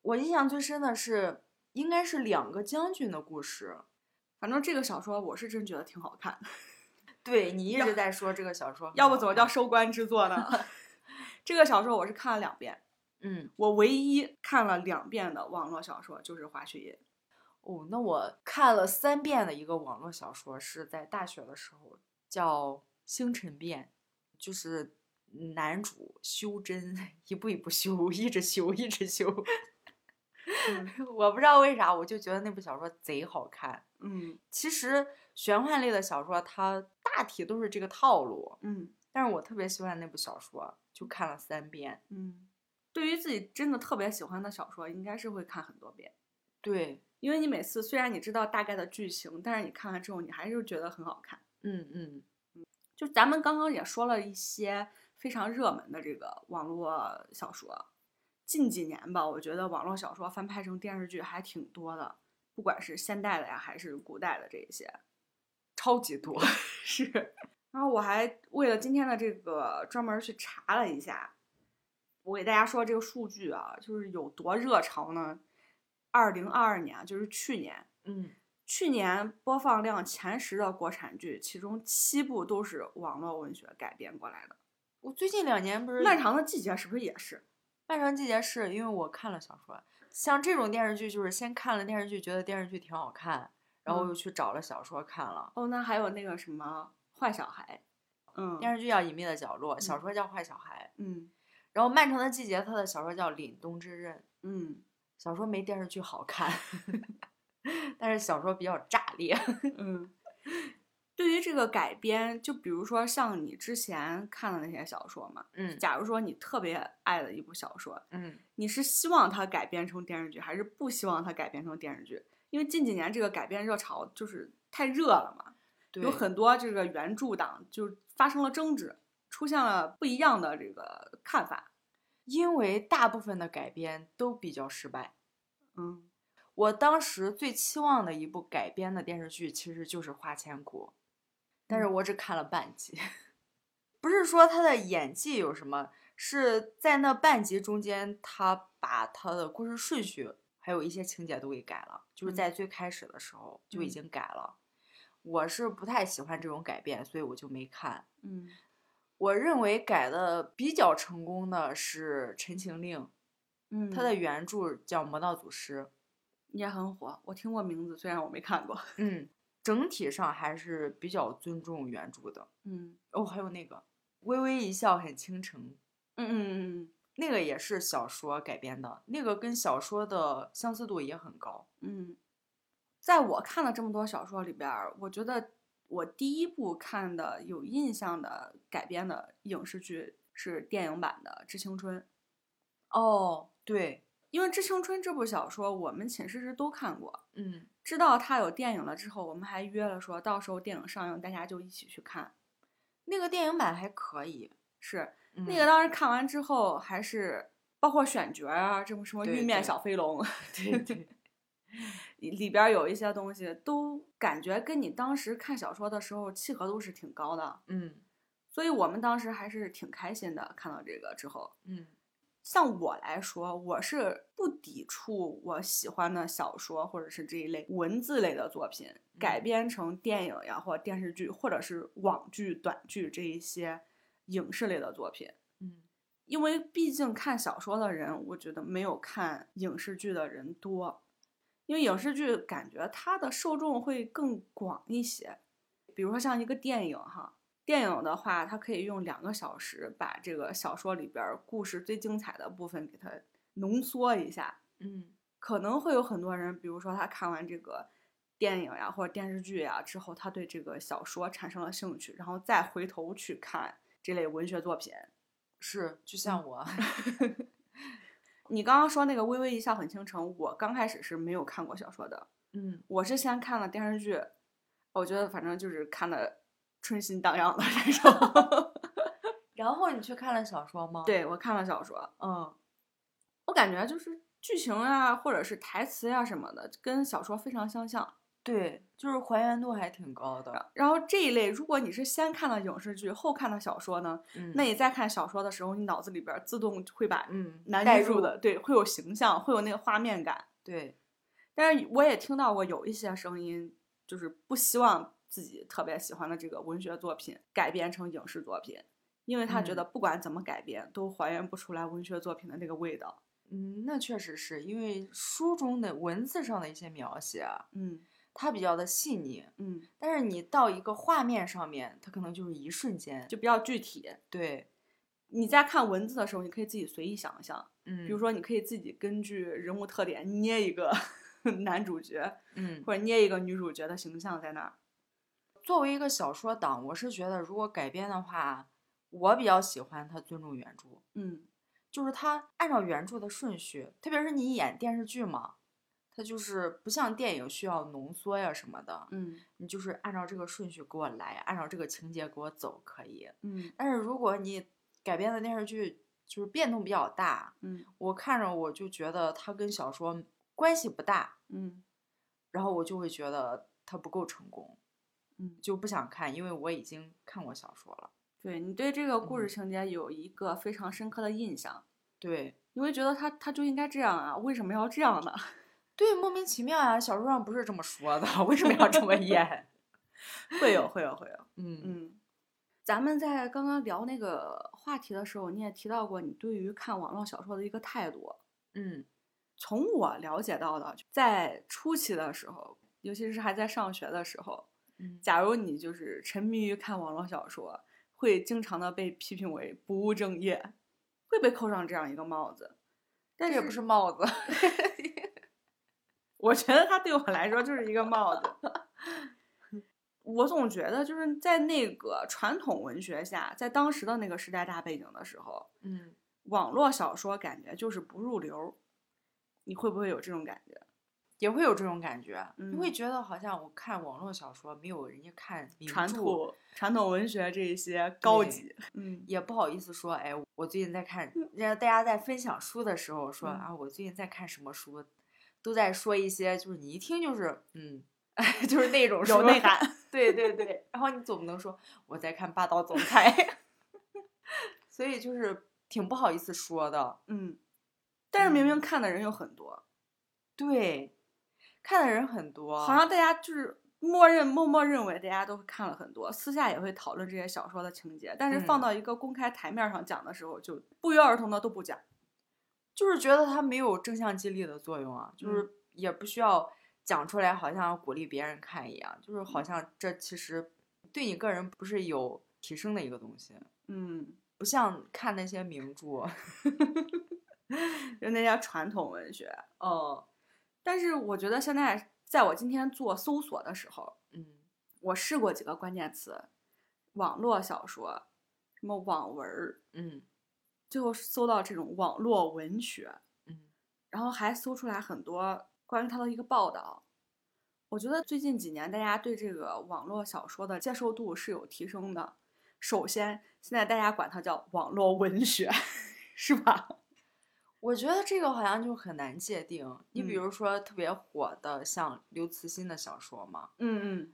Speaker 2: 我印象最深的是应该是两个将军的故事。
Speaker 1: 反正这个小说我是真觉得挺好看，
Speaker 2: 对你一
Speaker 1: 要
Speaker 2: 直在说这个小说很好看，
Speaker 1: 要不怎么叫收官之作呢？ 这个小说我是看了两遍，
Speaker 2: 嗯
Speaker 1: 我唯一看了两遍的网络小说就是《华胥引
Speaker 2: 哦？那我看了三遍的一个网络小说，是在大学的时候，叫《星辰变》，就是男主修真，一步一步修，一直修，一直修。》 我不知道为啥，我就觉得那部小说贼好看。
Speaker 1: 嗯。
Speaker 2: 其实玄幻类的小说，它大体都是这个套路，
Speaker 1: 嗯
Speaker 2: 但是我特别喜欢那部小说，就看了三遍。
Speaker 1: 嗯嗯，对于自己真的特别喜欢的小说，应该是会看很多遍。
Speaker 2: 对，
Speaker 1: 因为你每次虽然你知道大概的剧情，但是你看完之后，你还是觉得很好看。
Speaker 2: 嗯嗯，
Speaker 1: 就咱们刚刚也说了一些非常热门的这个网络小说，近几年吧，我觉得网络小说翻拍成电视剧还挺多的，不管是现代的呀，还是古代的这一些，
Speaker 2: 超级多。
Speaker 1: 是。然后我还为了今天的这个专门去查了一下，我给大家说这个数据啊，就是有多热潮呢？二零二二年，啊就是去年，
Speaker 2: 嗯，
Speaker 1: 去年播放量前十的国产剧，其中七部都是网络文学改编过来的。
Speaker 2: 我最近两年不是
Speaker 1: 《漫长的季节》是不是也是？
Speaker 2: 漫长季节是因为我看了小说，像这种电视剧就是先看了电视剧，觉得电视剧挺好看，然后
Speaker 1: 嗯
Speaker 2: 又去找了小说看了。
Speaker 1: 哦，那还有那个什么《坏小孩》，嗯，
Speaker 2: 电视剧叫《隐秘的角落》，小
Speaker 1: 嗯
Speaker 2: 说叫《坏小孩》，
Speaker 1: 嗯
Speaker 2: 然后《漫长的季节》它的小说叫《凛冬之刃》，
Speaker 1: 嗯
Speaker 2: 小说没电视剧好看， 但是小说比较炸裂。
Speaker 1: 嗯。对于这个改编，就比如说像你之前看的那些小说嘛，
Speaker 2: 嗯
Speaker 1: 假如说你特别爱的一部小说，
Speaker 2: 嗯，
Speaker 1: 你是希望它改编成电视剧，还是不希望它改编成电视剧？因为近几年这个改编热潮就是太热了嘛，有
Speaker 2: 对
Speaker 1: 很多这个原著党就发生了争执，出现了不一样的这个看法。
Speaker 2: 因为大部分的改编都比较失败。
Speaker 1: 嗯
Speaker 2: 我当时最期望的一部改编的电视剧其实就是《花千骨》，但是
Speaker 1: 嗯
Speaker 2: 我只看了半集。 不是说他的演技有什么，是在那半集中间，他把他的故事顺序还有一些情节都给改了，就是
Speaker 1: 嗯
Speaker 2: 在最开始的时候就
Speaker 1: 嗯
Speaker 2: 已经改了。我是不太喜欢这种改变，所以我就没看。
Speaker 1: 嗯
Speaker 2: 我认为改的比较成功的是《陈情令》，
Speaker 1: 嗯，
Speaker 2: 它的原著叫《魔道祖师》。
Speaker 1: 也很火，我听过名字，虽然我没看过。
Speaker 2: 嗯，整体上还是比较尊重原著的。
Speaker 1: 嗯
Speaker 2: 哦，还有那个《微微一笑很倾城》，
Speaker 1: 嗯嗯
Speaker 2: 那个也是小说改编的，那个跟小说的相似度也很高。
Speaker 1: 嗯嗯，在我看了这么多小说里边儿，我觉得我第一部看的有印象的改编的影视剧是电影版的《致青春》，
Speaker 2: 哦，对，
Speaker 1: 因为《致青春》这部小说我们寝室是都看过，
Speaker 2: 嗯
Speaker 1: 知道它有电影了之后，我们还约了说到时候电影上映大家就一起去看。
Speaker 2: 那个电影版还可以。
Speaker 1: 是，
Speaker 2: 嗯、
Speaker 1: 那个当时看完之后，还是包括选角啊，这么什么
Speaker 2: 对
Speaker 1: 玉面
Speaker 2: 对
Speaker 1: 小飞龙，
Speaker 2: 对 对，
Speaker 1: 里里边儿有一些东西都感觉跟你当时看小说的时候契合度是挺高的，
Speaker 2: 嗯
Speaker 1: 所以我们当时还是挺开心的。看到这个之后，
Speaker 2: 嗯
Speaker 1: 像我来说，我是不抵触我喜欢的小说或者是这一类文字类的作品改
Speaker 2: 嗯
Speaker 1: 编成电影呀，或电视剧，或者是网剧、短剧这一些影视类的作品。
Speaker 2: 嗯，
Speaker 1: 因为毕竟看小说的人，我觉得没有看影视剧的人多，因为影视剧感觉它的受众会更广一些。比如说像一个电影哈，电影的话，它可以用两个小时把这个小说里边儿故事最精彩的部分给它浓缩一下，
Speaker 2: 嗯
Speaker 1: 可能会有很多人，比如说他看完这个电影呀或者电视剧呀之后，他对这个小说产生了兴趣，然后再回头去看这类文学作品。
Speaker 2: 是，就像我，
Speaker 1: 你刚刚说那个《微微一笑很倾城》，我刚开始是没有看过小说的，
Speaker 2: 嗯
Speaker 1: 我是先看了电视剧，我觉得反正就是看的春心荡漾的那种。
Speaker 2: 然后你去看了小说吗？，
Speaker 1: 对我看了小说，
Speaker 2: 嗯
Speaker 1: 我感觉就是剧情啊，或者是台词呀、什么的，跟小说非常相像。
Speaker 2: 对，就是还原度还挺高的。
Speaker 1: 然后这一类，如果你是先看了影视剧，后看了小说呢，
Speaker 2: 嗯，
Speaker 1: 那你在看小说的时候，你脑子里边儿自动会把
Speaker 2: 嗯
Speaker 1: 男
Speaker 2: 代
Speaker 1: 女主
Speaker 2: 入
Speaker 1: 的对会有形象，会有那个画面感。
Speaker 2: 对，
Speaker 1: 但是我也听到过有一些声音，就是不希望自己特别喜欢的这个文学作品改编成影视作品，因为他觉
Speaker 2: 嗯
Speaker 1: 得不管怎么改编，都还原不出来文学作品的那个味道。
Speaker 2: 嗯，那确实是因为书中的文字上的一些描写啊，
Speaker 1: 嗯
Speaker 2: 它比较的细腻，
Speaker 1: 嗯，
Speaker 2: 但是你到一个画面上面，它可能就是一瞬间。
Speaker 1: 就比较具体。
Speaker 2: 对，
Speaker 1: 你在看文字的时候，你可以自己随意想象，
Speaker 2: 嗯，
Speaker 1: 比如，说你可以自己根据人物特点捏一个 男主角，
Speaker 2: 嗯，
Speaker 1: 或者捏一个女主角的形象在那儿。
Speaker 2: 作为一个小说党，我是觉得如果改编的话，我比较喜欢它尊重原著，
Speaker 1: 嗯
Speaker 2: 就是它按照原著的顺序，特别是你演电视剧嘛，它就是不像电影需要浓缩呀什么的，
Speaker 1: 嗯
Speaker 2: 你就是按照这个顺序给我来，按照这个情节给我走可以。
Speaker 1: 嗯
Speaker 2: 但是如果你改编的电视剧就是变动比较大，
Speaker 1: 嗯
Speaker 2: 我看着我就觉得它跟小说关系不大，
Speaker 1: 嗯
Speaker 2: 然后我就会觉得它不够成功，
Speaker 1: 嗯，
Speaker 2: 就不想看，因为我已经看过小说了。
Speaker 1: 对你对这个故事
Speaker 2: 嗯
Speaker 1: 情节有一个非常深刻的印象，
Speaker 2: 对
Speaker 1: 你会觉得他他就应该这样啊，为什么要这样呢？
Speaker 2: 对，莫名其妙呀、小说上不是这么说的，为什么要这么演？
Speaker 1: 会有会有会有，
Speaker 2: 嗯
Speaker 1: 嗯。咱们在刚刚聊那个话题的时候，你也提到过你对于看网络小说的一个态度。
Speaker 2: 嗯
Speaker 1: 从我了解到的，在初期的时候，尤其是还在上学的时候，
Speaker 2: 嗯，
Speaker 1: 假如你就是沉迷于看网络小说，会经常的被批评为不务正业，会被扣上这样一个帽子。但
Speaker 2: 这
Speaker 1: 是
Speaker 2: 也不是帽子，
Speaker 1: 我觉得它对我来说就是一个帽 子。我总觉得就是在那个传统文学下，在当时的那个时代大背景的时候，
Speaker 2: 嗯，
Speaker 1: 网络小说感觉就是不入流。你会不会有这种感觉？
Speaker 2: 也会有这种感觉，你会
Speaker 1: 嗯
Speaker 2: 觉得好像我看网络小说没有人家看名
Speaker 1: 传
Speaker 2: 著
Speaker 1: 统传统文学这一些高
Speaker 2: 对
Speaker 1: 级，嗯
Speaker 2: 也不好意思说，哎，我最近在看，让大家在分享书的时候说、
Speaker 1: 嗯
Speaker 2: 啊，我最近在看什么书，都在说一些就是你一听就是嗯， 就是那种
Speaker 1: 有
Speaker 2: 书
Speaker 1: 内涵。
Speaker 2: 对对对，然后你总不能说我在看霸道总裁， 所以就是挺不好意思说的。
Speaker 1: 嗯，但是明明
Speaker 2: 嗯
Speaker 1: 看的人有很多，
Speaker 2: 对，看的人很多，
Speaker 1: 好像大家就是默认默默认为大家都看了很多，私下也会讨论这些小说的情节，但是放
Speaker 2: 嗯
Speaker 1: 到一个公开台面上讲的时候，就不约而同的都不讲。
Speaker 2: 就是觉得它没有正向激励的作用啊，就是也不需要讲出来，好像鼓励别人看一样，就是好像这其实对你个人不是有提升的一个东西，
Speaker 1: 嗯，
Speaker 2: 不像看那些名著，
Speaker 1: 就那些传统文学。
Speaker 2: 哦，
Speaker 1: 但是我觉得现在，在我今天做搜索的时候，
Speaker 2: 嗯
Speaker 1: 我试过几个关键词：网络小说，什么网文儿，
Speaker 2: 嗯
Speaker 1: 最后搜到这种网络文学。
Speaker 2: 嗯
Speaker 1: 然后还搜出来很多关于他的一个报道。我觉得最近几年大家对这个网络小说的接受度是有提升的。首先，现在大家管它叫网络文学， 是吧？
Speaker 2: 我觉得这个好像就很难界定。你比
Speaker 1: 嗯
Speaker 2: 如说特别火的，像刘慈欣的小说嘛，
Speaker 1: 嗯嗯，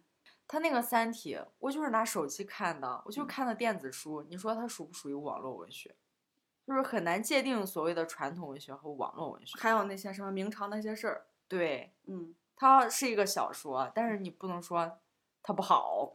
Speaker 2: 他那个《三体》，我就是拿手机看的，
Speaker 1: 嗯
Speaker 2: 我就看的电子书。你说它属不属于网络文学？就是很难界定所谓的传统文学和网络文学。
Speaker 1: 还有那些什么明朝那些事儿，
Speaker 2: 对，
Speaker 1: 嗯，
Speaker 2: 它是一个小说，但是你不能说它不 好。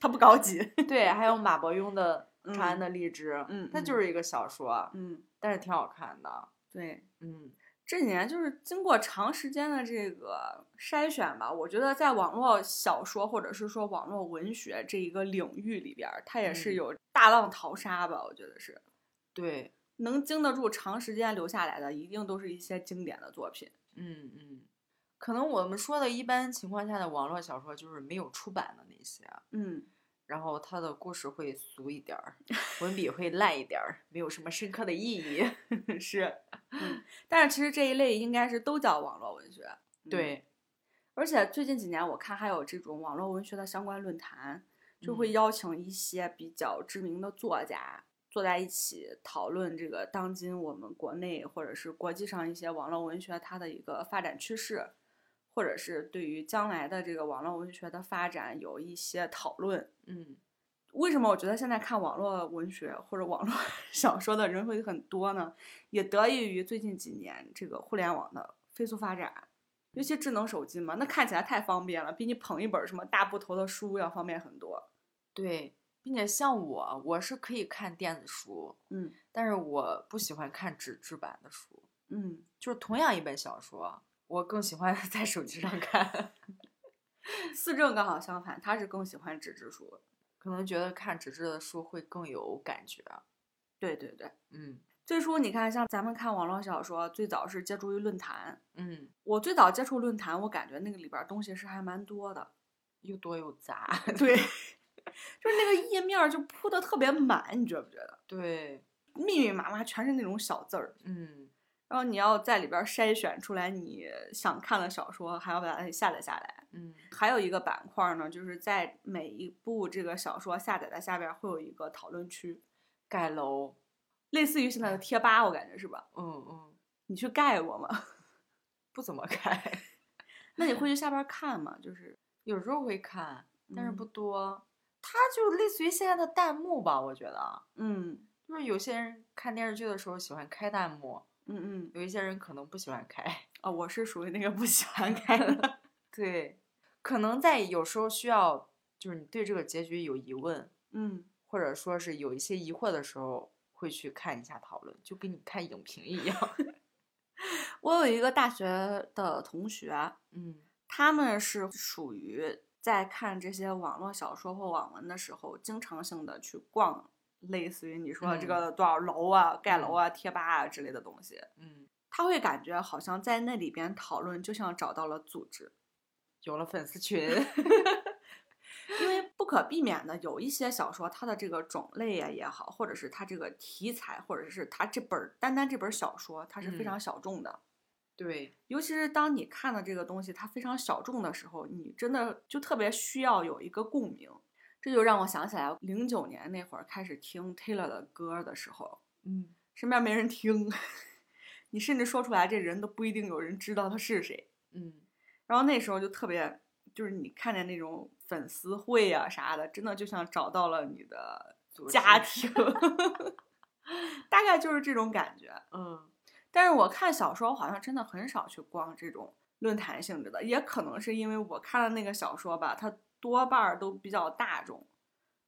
Speaker 1: 它不高级。
Speaker 2: 对，还有马伯庸的《长 安
Speaker 1: 嗯
Speaker 2: 的荔枝》，
Speaker 1: 嗯
Speaker 2: 它就是一个小说，
Speaker 1: 嗯，
Speaker 2: 但是挺好看的。
Speaker 1: 对。
Speaker 2: 嗯
Speaker 1: 这几年就是经过长时间的这个筛选吧，我觉得在网络小说或者是说网络文学这一个领域里边儿，它也是
Speaker 2: 嗯
Speaker 1: 有大浪淘沙吧，我觉得是。
Speaker 2: 对，
Speaker 1: 能经得住长时间留下来的，一定都是一些经典的作品。
Speaker 2: 嗯嗯，可能我们说的一般情况下的网络小说就是没有出版的那些。
Speaker 1: 嗯，
Speaker 2: 然后它的故事会俗一点儿，文笔会烂一点儿，没有什么深刻的意义。
Speaker 1: 是，
Speaker 2: 嗯
Speaker 1: 但是其实这一类应该是都叫网络文学。嗯，
Speaker 2: 对，
Speaker 1: 而且最近几年我看还有这种网络文学的相关论坛，就会
Speaker 2: 嗯
Speaker 1: 邀请一些比较知名的作家坐在一起讨论这个当今我们国内或者是国际上一些网络文学它的一个发展趋势，或者是对于将来的这个网络文学的发展有一些讨论。
Speaker 2: 嗯
Speaker 1: 为什么我觉得现在看网络文学或者网络 小说的人会很多呢？也得益于最近几年这个互联网的飞速发展。尤其智能手机嘛，那看起来太方便了，比你捧一本什么大部头的书要方便很多。
Speaker 2: 对，并且像我，我是可以看电子书，
Speaker 1: 嗯
Speaker 2: 但是我不喜欢看纸质版的书，
Speaker 1: 嗯，
Speaker 2: 就是同样一本小说，我更喜欢 在手机上看，
Speaker 1: 思政刚好相反，他是更喜欢纸质书。
Speaker 2: 可能觉得看纸质的书会更有感觉。
Speaker 1: 对对对，
Speaker 2: 嗯
Speaker 1: 最初你看，像咱们看网络小说，最早是接触于论坛。
Speaker 2: 嗯，
Speaker 1: 我最早接触论坛，我感觉那个里边儿东西是还蛮多的。
Speaker 2: 又多又杂。
Speaker 1: 对，就是那个页面儿就铺的特别满，你觉不觉得？
Speaker 2: 对，
Speaker 1: 密密麻麻全是那种小字儿，
Speaker 2: 嗯，
Speaker 1: 然后你要在里边儿筛选出来你想看的小说，还要把它给下载下来。
Speaker 2: 嗯
Speaker 1: 还有一个板块儿呢，就是在每一部这个小说下载的下边儿会有一个讨论区，
Speaker 2: 盖楼，
Speaker 1: 类似于现在的贴吧，我感觉是吧？
Speaker 2: 嗯嗯，
Speaker 1: 你去盖过吗？
Speaker 2: 不怎么盖，
Speaker 1: 那你会去下边儿看吗？就是，
Speaker 2: 有时候会看，但是不
Speaker 1: 嗯
Speaker 2: 多。它就类似于现在的弹幕吧，我觉得，啊
Speaker 1: 嗯
Speaker 2: 就是有些人看电视剧的时候喜欢开弹幕，
Speaker 1: 嗯嗯，
Speaker 2: 有一些人可能不喜欢开。
Speaker 1: 啊、我是属于那个不喜欢 开的，
Speaker 2: 对，可能在有时候需要，就是你对这个结局有疑问，
Speaker 1: 嗯。
Speaker 2: 或者说是有一些疑惑的时候，会去看一下讨论，就跟你看影评一样。
Speaker 1: 我有一个大学的同学，
Speaker 2: 嗯
Speaker 1: 他们是属于在看这些网络小说或网文的时候，经常性的去逛，类似于你说这
Speaker 2: 嗯
Speaker 1: 个多少楼啊、盖楼啊、贴吧啊之类的东西，
Speaker 2: 嗯，
Speaker 1: 他会感觉好像在那里边讨论，就像找到了组织，
Speaker 2: 有了粉丝群，
Speaker 1: 因为不可避免的有一些小说，它的这个种类呀、也好，或者是它这个题材，或者是它这本儿单单这本儿小说，它是非
Speaker 2: 嗯
Speaker 1: 常小众的。
Speaker 2: 对，
Speaker 1: 尤其是当你看到这个东西它非常小众的时候，你真的就特别需要有一个共鸣。这就让我想起来，零九年那会儿开始听 Taylor 的歌的时候，
Speaker 2: 嗯，
Speaker 1: 身边没人听， 你甚至说出来这人都不一定有人知道他是谁。
Speaker 2: 嗯，
Speaker 1: 然后那时候就特别，就是你看见那种粉丝会呀、啥的，真的就像找到了你的
Speaker 2: 组
Speaker 1: 家
Speaker 2: 织
Speaker 1: 庭， 大概就是这种感觉。
Speaker 2: 嗯
Speaker 1: 但是我看小说，我好像真的很少去逛这种论坛性质的，也可能是因为我看的那个小说吧，它多半儿都比较大众，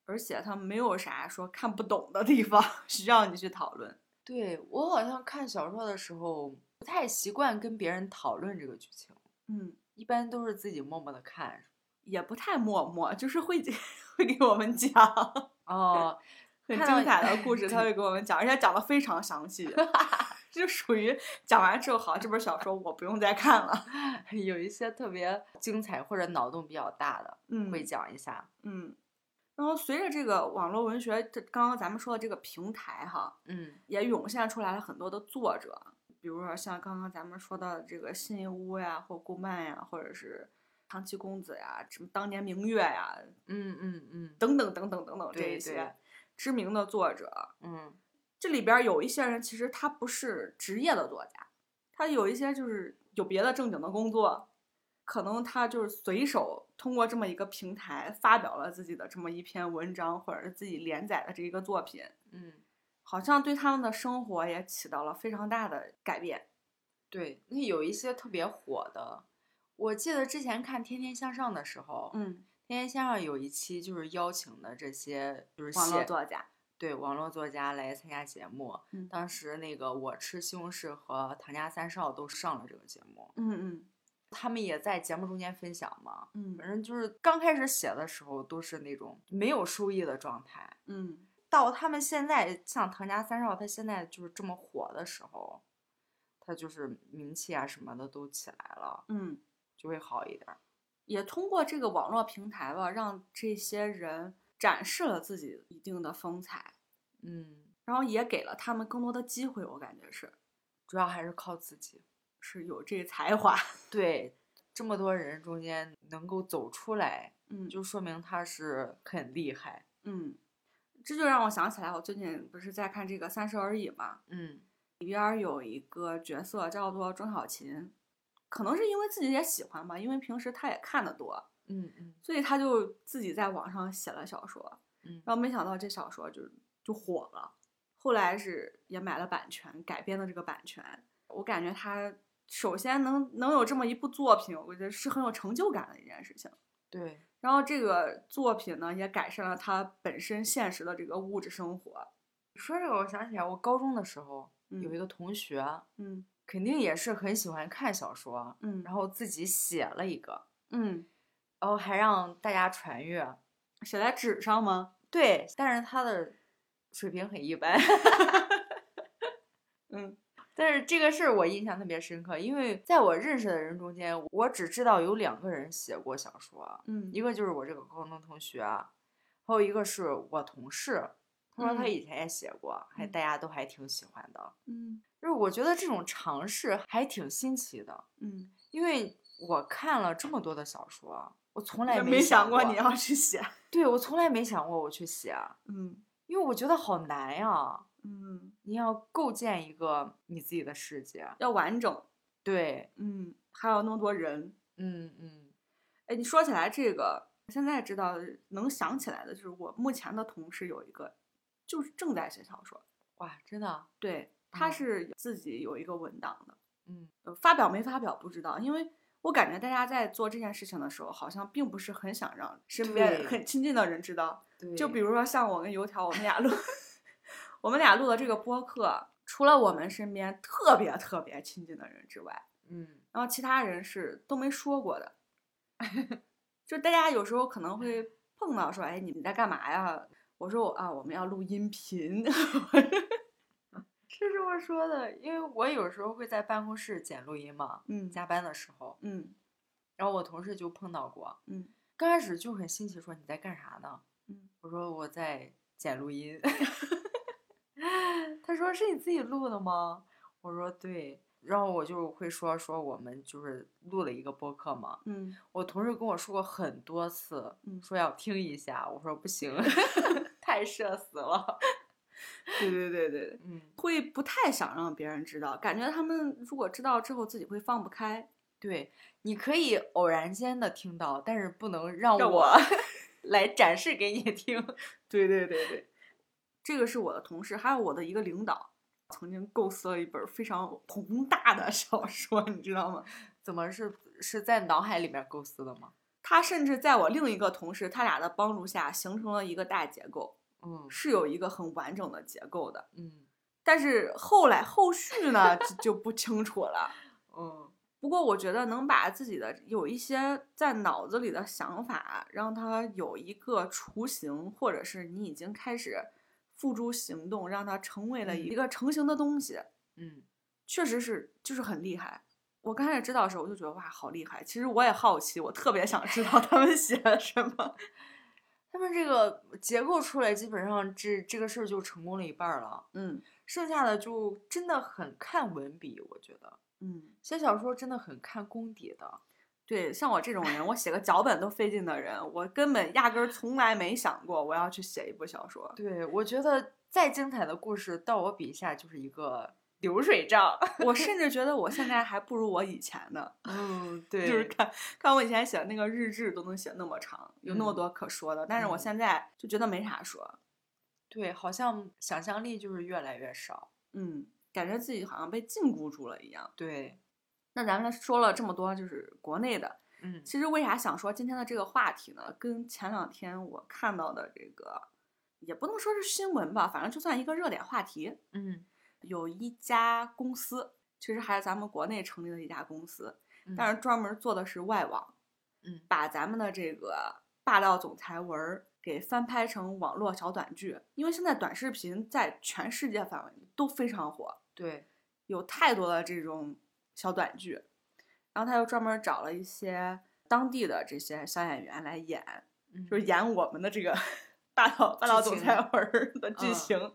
Speaker 1: 而且它没有啥说看不懂的地方 需要你去讨论。
Speaker 2: 对我好像看小说的时候不太习惯跟别人讨论这个剧情，
Speaker 1: 嗯，
Speaker 2: 一般都是自己默默的看。
Speaker 1: 也不太默默，就是会会给 我们讲
Speaker 2: 哦，
Speaker 1: 很
Speaker 2: 看
Speaker 1: 精
Speaker 2: 到
Speaker 1: 彩的故事， 他会给我们讲，而且讲的非常详细。就属于讲完之后，好，这本小说我不用再看了。
Speaker 2: 有一些特别精彩或者脑洞比较大的，
Speaker 1: 嗯，
Speaker 2: 会讲一下。
Speaker 1: 嗯，然后随着这个网络文学，这刚刚咱们说的这个平台哈，
Speaker 2: 嗯
Speaker 1: 也涌现出来了很多的作者，比如说像刚刚咱们说到的这个信义屋呀，或顾漫呀，或者是长崎公子呀，什么当年明月呀，
Speaker 2: 嗯嗯嗯，
Speaker 1: 等等等等等等这
Speaker 2: 对
Speaker 1: 一些
Speaker 2: 对
Speaker 1: 知名的作者，
Speaker 2: 嗯
Speaker 1: 这里边儿有一些人其实他不是职业的作家，他有一些就是有别的正经的工作。可能他就是随手通过这么一个平台发表了自己的这么一篇文章，或者是自己连载的这一个作品，
Speaker 2: 嗯，
Speaker 1: 好像对他们的生活也起到了非常大的改变。
Speaker 2: 对，那有一些特别火的，我记得之前看《天天向上》的时候，
Speaker 1: 嗯，
Speaker 2: 天天向上》有一期就是邀请的这些就是
Speaker 1: 网络
Speaker 2: 写
Speaker 1: 作家，
Speaker 2: 对网络作家来参加节目。
Speaker 1: 嗯
Speaker 2: 当时那个我吃西红柿和唐家三少都上了这个节目，
Speaker 1: 嗯
Speaker 2: 他们也在节目中间分享嘛。
Speaker 1: 嗯
Speaker 2: 反正就是刚开始写的时候都是那种没有收益的状态，
Speaker 1: 嗯
Speaker 2: 到他们现在像唐家三少，他现在就是这么火的时候，他就是名气啊什么的都起来了，
Speaker 1: 嗯，
Speaker 2: 就会好一点儿。
Speaker 1: 也通过这个网络平台吧，让这些人展示了自己一定的风采，
Speaker 2: 嗯，
Speaker 1: 然后也给了他们更多的机会。我感觉是
Speaker 2: 主要还是靠自己。
Speaker 1: 是有这才华，
Speaker 2: 对，这么多人中间能够走出来，
Speaker 1: 嗯
Speaker 2: 就说明他是很厉害。
Speaker 1: 嗯，这就让我想起来，我最近不是在看这个《三十而已》嘛，
Speaker 2: 嗯
Speaker 1: 里边儿有一个角色叫做钟小琴，可能是因为自己也喜欢吧，因为平时她也看得多，
Speaker 2: 嗯嗯
Speaker 1: 所以她就自己在网上写了小说，
Speaker 2: 嗯，
Speaker 1: 然后没想到这小说就就火了，后来是也买了版权改编的这个版权，我感觉她首先能能有这么一部作品，我觉得是很有成就感的一件事情。
Speaker 2: 对，
Speaker 1: 然后这个作品呢，也改善了他本身现实的这个物质生活。
Speaker 2: 说这个我想起来，我高中的时候
Speaker 1: 嗯
Speaker 2: 有一个同学，
Speaker 1: 嗯
Speaker 2: 肯定也是很喜欢看小说，
Speaker 1: 嗯，
Speaker 2: 然
Speaker 1: 后
Speaker 2: 后自己写了一个，
Speaker 1: 嗯，
Speaker 2: 然后还让大家传阅。
Speaker 1: 写在纸上吗？
Speaker 2: 对，但是他的水平很一般。
Speaker 1: 嗯
Speaker 2: 但是这个事儿我印象特别深刻，因为在我认识的人中间，我只知道有两个人写过小说，
Speaker 1: 嗯
Speaker 2: 一个就是我这个高中同学，啊还有一个是我同事，他说他
Speaker 1: 嗯
Speaker 2: 以前也写过，还
Speaker 1: 嗯
Speaker 2: 大家都还挺喜欢的。
Speaker 1: 嗯
Speaker 2: 就是我觉得这种尝试还挺新奇的，
Speaker 1: 嗯，
Speaker 2: 因为我看了这么多的小说，我从来
Speaker 1: 也没
Speaker 2: 想
Speaker 1: 想
Speaker 2: 过
Speaker 1: 过你，要去写。
Speaker 2: 对我从来没想过我去 写，啊
Speaker 1: 嗯
Speaker 2: 因为我觉得好难呀。
Speaker 1: 嗯，
Speaker 2: 你要构建一个你自己的世界，
Speaker 1: 要完整。
Speaker 2: 对，
Speaker 1: 嗯，还有那么多人。
Speaker 2: 嗯嗯，
Speaker 1: 哎，你说起来这个，我现在知道能想起来的就是我目前的同事有一个，就是正在写小说，
Speaker 2: 哇，真的，
Speaker 1: 对，他
Speaker 2: 嗯
Speaker 1: 是自己有一个文档的，
Speaker 2: 嗯
Speaker 1: 呃，发表没发表不知道，因为我感觉大家在做这件事情的时候，好像并不是很想让身边
Speaker 2: 对
Speaker 1: 很亲近的人知道。
Speaker 2: 对，
Speaker 1: 就比如说像我跟油条，我们俩录， 我们俩录的这个播客，除了我们身边特别特别亲近的人之外，
Speaker 2: 嗯，
Speaker 1: 然后其他人是都没说过的。就大家有时候可能会碰到说，哎，你们在干嘛呀？我说我啊，我们要录音频。
Speaker 2: 是这么说的，因为我有时候会在办公室剪录音嘛，
Speaker 1: 嗯
Speaker 2: 加班的时候，
Speaker 1: 嗯
Speaker 2: 然后我同事就碰到过，
Speaker 1: 嗯
Speaker 2: 刚开始就很新奇，说你在干啥呢？
Speaker 1: 嗯
Speaker 2: 我说我在剪录音， 他说是你自己录的吗？我说对，然后我就会说说我们就是录了一个播客嘛，
Speaker 1: 嗯
Speaker 2: 我同事跟我说过很多次，
Speaker 1: 嗯
Speaker 2: 说要听一下，我说 不行，太社死了。
Speaker 1: 对对对对对，
Speaker 2: 嗯，
Speaker 1: 会不太想让别人知道，感觉他们如果知道之后自己会放不开。
Speaker 2: 对，你可以偶然间的听到，但是不能让
Speaker 1: 让
Speaker 2: 我
Speaker 1: 我
Speaker 2: 来展示给你听。
Speaker 1: 对对对对，这个是我的同事，还有我的一个领导，曾经构思了一本非常宏大的 小说，你知道吗？
Speaker 2: 怎么是是在脑海里面构思的吗？
Speaker 1: 他甚至在我另一个同事他俩的帮助下，形成了一个大结构，
Speaker 2: 嗯
Speaker 1: 是有一个很完整的结构的。
Speaker 2: 嗯
Speaker 1: 但是后来后续呢就就不清楚了。
Speaker 2: 嗯，
Speaker 1: 不过我觉得能把自己的有一些在脑子里的想法，让它有一个雏形，或者是你已经开始付诸行动，让它成为了
Speaker 2: 嗯
Speaker 1: 一个成型的东西，
Speaker 2: 嗯
Speaker 1: 确实是就是很厉害。我刚开始知道的时候，我就觉得哇，好厉害！其实我也好奇，我特别想知道他们 写了什么。
Speaker 2: 他们这个结构出来，基本上这这个事儿就成功了一半儿了，
Speaker 1: 嗯
Speaker 2: 剩下的就真的很看文笔，我觉得
Speaker 1: 嗯，
Speaker 2: 写小说真的很看功底的。
Speaker 1: 对，像我这种人，我写个脚本都费劲的人，我根本压根儿从来没想过我要去写一部小说。
Speaker 2: 对，我觉得再精彩的故事到我笔下就是一个流水账。
Speaker 1: 我甚至觉得我现在还不如我以前呢。
Speaker 2: 嗯，
Speaker 1: 就是看看我以前写的那个日志都能写那么长，有那么
Speaker 2: 嗯
Speaker 1: 多可说的，但是我
Speaker 2: 嗯
Speaker 1: 现在就觉得没啥说，
Speaker 2: 对，好像想象力就是越来越少。
Speaker 1: 嗯，感觉自己好像被禁锢住了一样。
Speaker 2: 对，
Speaker 1: 那咱们说了这么多，就是国内的，
Speaker 2: 嗯
Speaker 1: 其实为啥想说今天的这个话题呢？跟前两天我看到的这个，也不能说是新闻吧，反正就算一个热点话题。
Speaker 2: 嗯，
Speaker 1: 有一家公司，其实还是咱们国内成立的一家公司，但
Speaker 2: 但
Speaker 1: 是专门做的是外网，
Speaker 2: 嗯
Speaker 1: 把咱们的这个霸道总裁文儿给翻拍成网络小短剧，因为现在短视频在全世界范围都非常火，
Speaker 2: 对，
Speaker 1: 有太多的这种小短剧，然后他又专门找了一些当地的这些小演员来演，
Speaker 2: 嗯
Speaker 1: 就是演我们的这个 霸道霸道
Speaker 2: 剧
Speaker 1: 总
Speaker 2: 情
Speaker 1: 裁文儿的剧
Speaker 2: 嗯
Speaker 1: 情，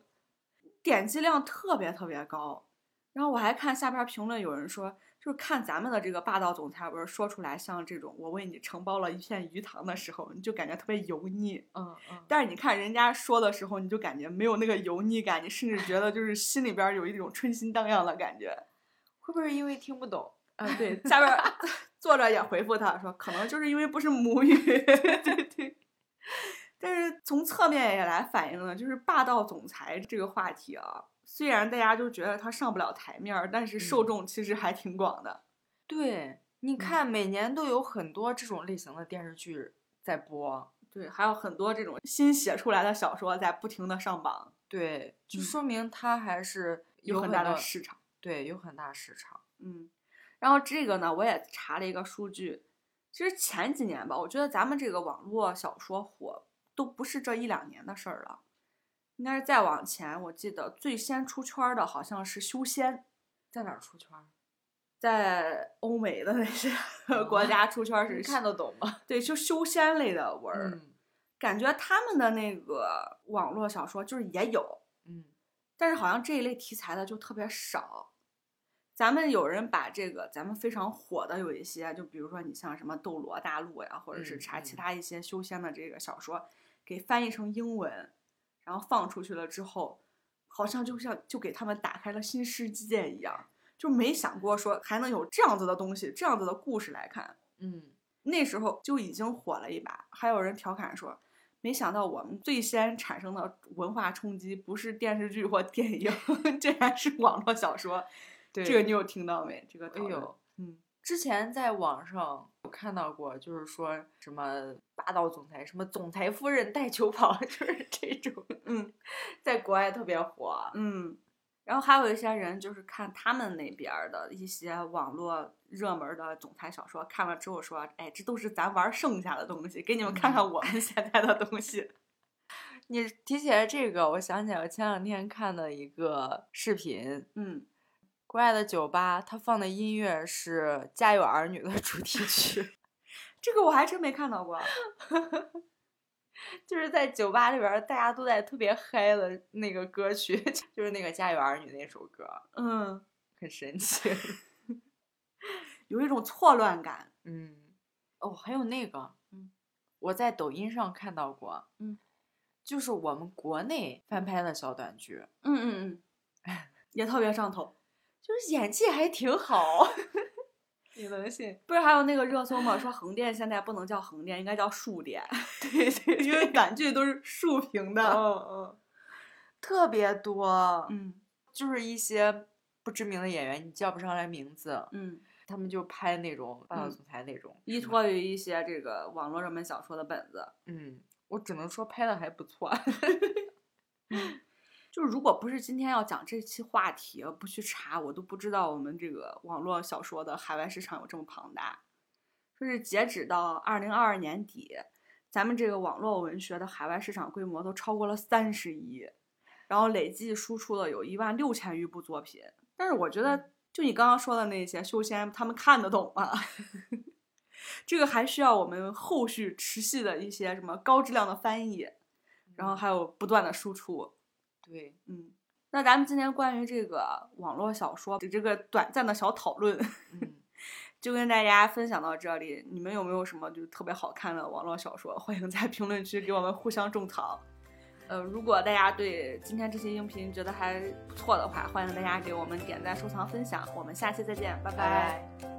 Speaker 1: 点击量特别特别高。然后我还看下边评论有人说，就是看咱们的这个霸道总裁文儿说出来像这种“我为你承包了一片鱼塘”的时候，你就感觉特别油腻。
Speaker 2: 嗯嗯，
Speaker 1: 但是你看人家说的时候，你就感觉没有那个油腻感，你甚至觉得就是心里边儿有一种春心荡漾的感觉。
Speaker 2: 会不会是因为听不懂？
Speaker 1: 啊，对，下边儿作者也回复他说，可能就是因为不是母语。 对对。但是从侧面也来反映了，就是霸道总裁这个话题啊，虽然大家就觉得他上不了台面儿，但是受
Speaker 2: 嗯
Speaker 1: 众其实还挺广的。
Speaker 2: 对，你
Speaker 1: 嗯
Speaker 2: 看每年都有很多这种类型的电视剧在播，
Speaker 1: 对，还有很多这种新写出来的小说在不停的上榜，
Speaker 2: 对，就
Speaker 1: 嗯
Speaker 2: 说明它还是
Speaker 1: 有
Speaker 2: 很
Speaker 1: 很大的
Speaker 2: 多
Speaker 1: 市场。
Speaker 2: 对，有很大市场。
Speaker 1: 嗯，然后这个呢，我也查了一个数据，其实前几年吧，我觉得咱们这个网络小说火都不是这一两年的事儿了，应该是再往前，我记得最先出圈儿的好像是修仙，
Speaker 2: 在哪儿出圈儿？
Speaker 1: 在欧美的那些 国
Speaker 2: 哦
Speaker 1: 家出圈儿是
Speaker 2: 你看得懂 吗？
Speaker 1: 对，就修仙类的文儿，
Speaker 2: 嗯
Speaker 1: 感觉他们的那个网络小说就是也有，
Speaker 2: 嗯，
Speaker 1: 但是好像这一类题材的就特别少。咱们有人把这个咱们非常火的有一些，就比如说你像什么《斗罗大陆》呀，或者是
Speaker 2: 嗯
Speaker 1: 查其
Speaker 2: 嗯
Speaker 1: 他一些修仙的这个小说，给翻译成英文，然后放出去了之后，好像就像就给他们打开了新世界一样，就没想过说还能有这样子的东西，这样子的故事来看。
Speaker 2: 嗯，
Speaker 1: 那时候就已经火了一把，还有人调侃说，没想到我们最先产生的文化冲击不是电视剧或电影， 竟然是网络小说。
Speaker 2: 对
Speaker 1: 这个你有听到没？这个
Speaker 2: 哎
Speaker 1: 讨论
Speaker 2: 呦，
Speaker 1: 嗯，
Speaker 2: 之前在网上有看到过，就是说什么霸道总裁，什么总裁夫人带球跑， 就是这种，
Speaker 1: 嗯，
Speaker 2: 在国外特别火。
Speaker 1: 嗯，然后还有一些人就是看他们那边儿的一些网络热门的总裁小说，看了之后说，哎，这都是咱玩剩下的东西，给你们看
Speaker 2: 嗯
Speaker 1: 看我们现在的东 西。
Speaker 2: 你提起来这个，我想起来我前两天看的一个视频，
Speaker 1: 嗯，
Speaker 2: 国外的酒吧它放的音乐是《家有儿女》的 主题曲，
Speaker 1: 这个我还真没看到过。
Speaker 2: 就是在酒吧里边儿大家都在特别嗨的那个歌曲， 就是那个《家有儿女》那首歌，
Speaker 1: 嗯，
Speaker 2: 很神奇。
Speaker 1: 有一种错乱感。
Speaker 2: 嗯，哦，还有那个，
Speaker 1: 嗯，
Speaker 2: 我在抖音上看到过，
Speaker 1: 嗯，
Speaker 2: 就是我们国内翻拍的小短剧，
Speaker 1: 嗯嗯 嗯，也特别上头。
Speaker 2: 就是演技还挺好， 你能信？
Speaker 1: 不是还有那个热搜吗？说横店现在不能叫横店，应该叫竖店，
Speaker 2: 对对
Speaker 1: 因为短剧都是竖屏的。
Speaker 2: 嗯，特别多，
Speaker 1: 嗯
Speaker 2: 就是一些不知名的演员，你叫不上来名字，
Speaker 1: 嗯，
Speaker 2: 他们就拍那种霸道
Speaker 1: 嗯
Speaker 2: 总裁那种，
Speaker 1: 依托于一些这个网络热门小说的本子。
Speaker 2: 嗯，我只能说拍的还不错，
Speaker 1: 嗯就是如果不是今天要讲这期话题，不去查，我都不知道我们这个网络小说的海外市场有这么庞大。就是截止到二零二二年底，咱们这个网络文学的海外市场规模都超过了三十亿，然后累计输出了有一万六千余部作品。但是我觉得，就你刚刚说的那些修仙，他们看得懂吗？ 这个还需要我们后续持续的一些什么高质量的翻译，然后还有不断的输出。
Speaker 2: 对，
Speaker 1: 嗯，那咱们今天关于这个网络小说的这个短暂的小讨论，
Speaker 2: 嗯，
Speaker 1: 就跟大家分享到这里。你们有没有什么就是特别好看的网络小说？欢迎在评论区给我们互相种草。呃，如果大家对今天这期音频觉得还不错的话，欢迎大家给我们点赞、收藏、分享。我们下期再见，拜
Speaker 2: 拜拜。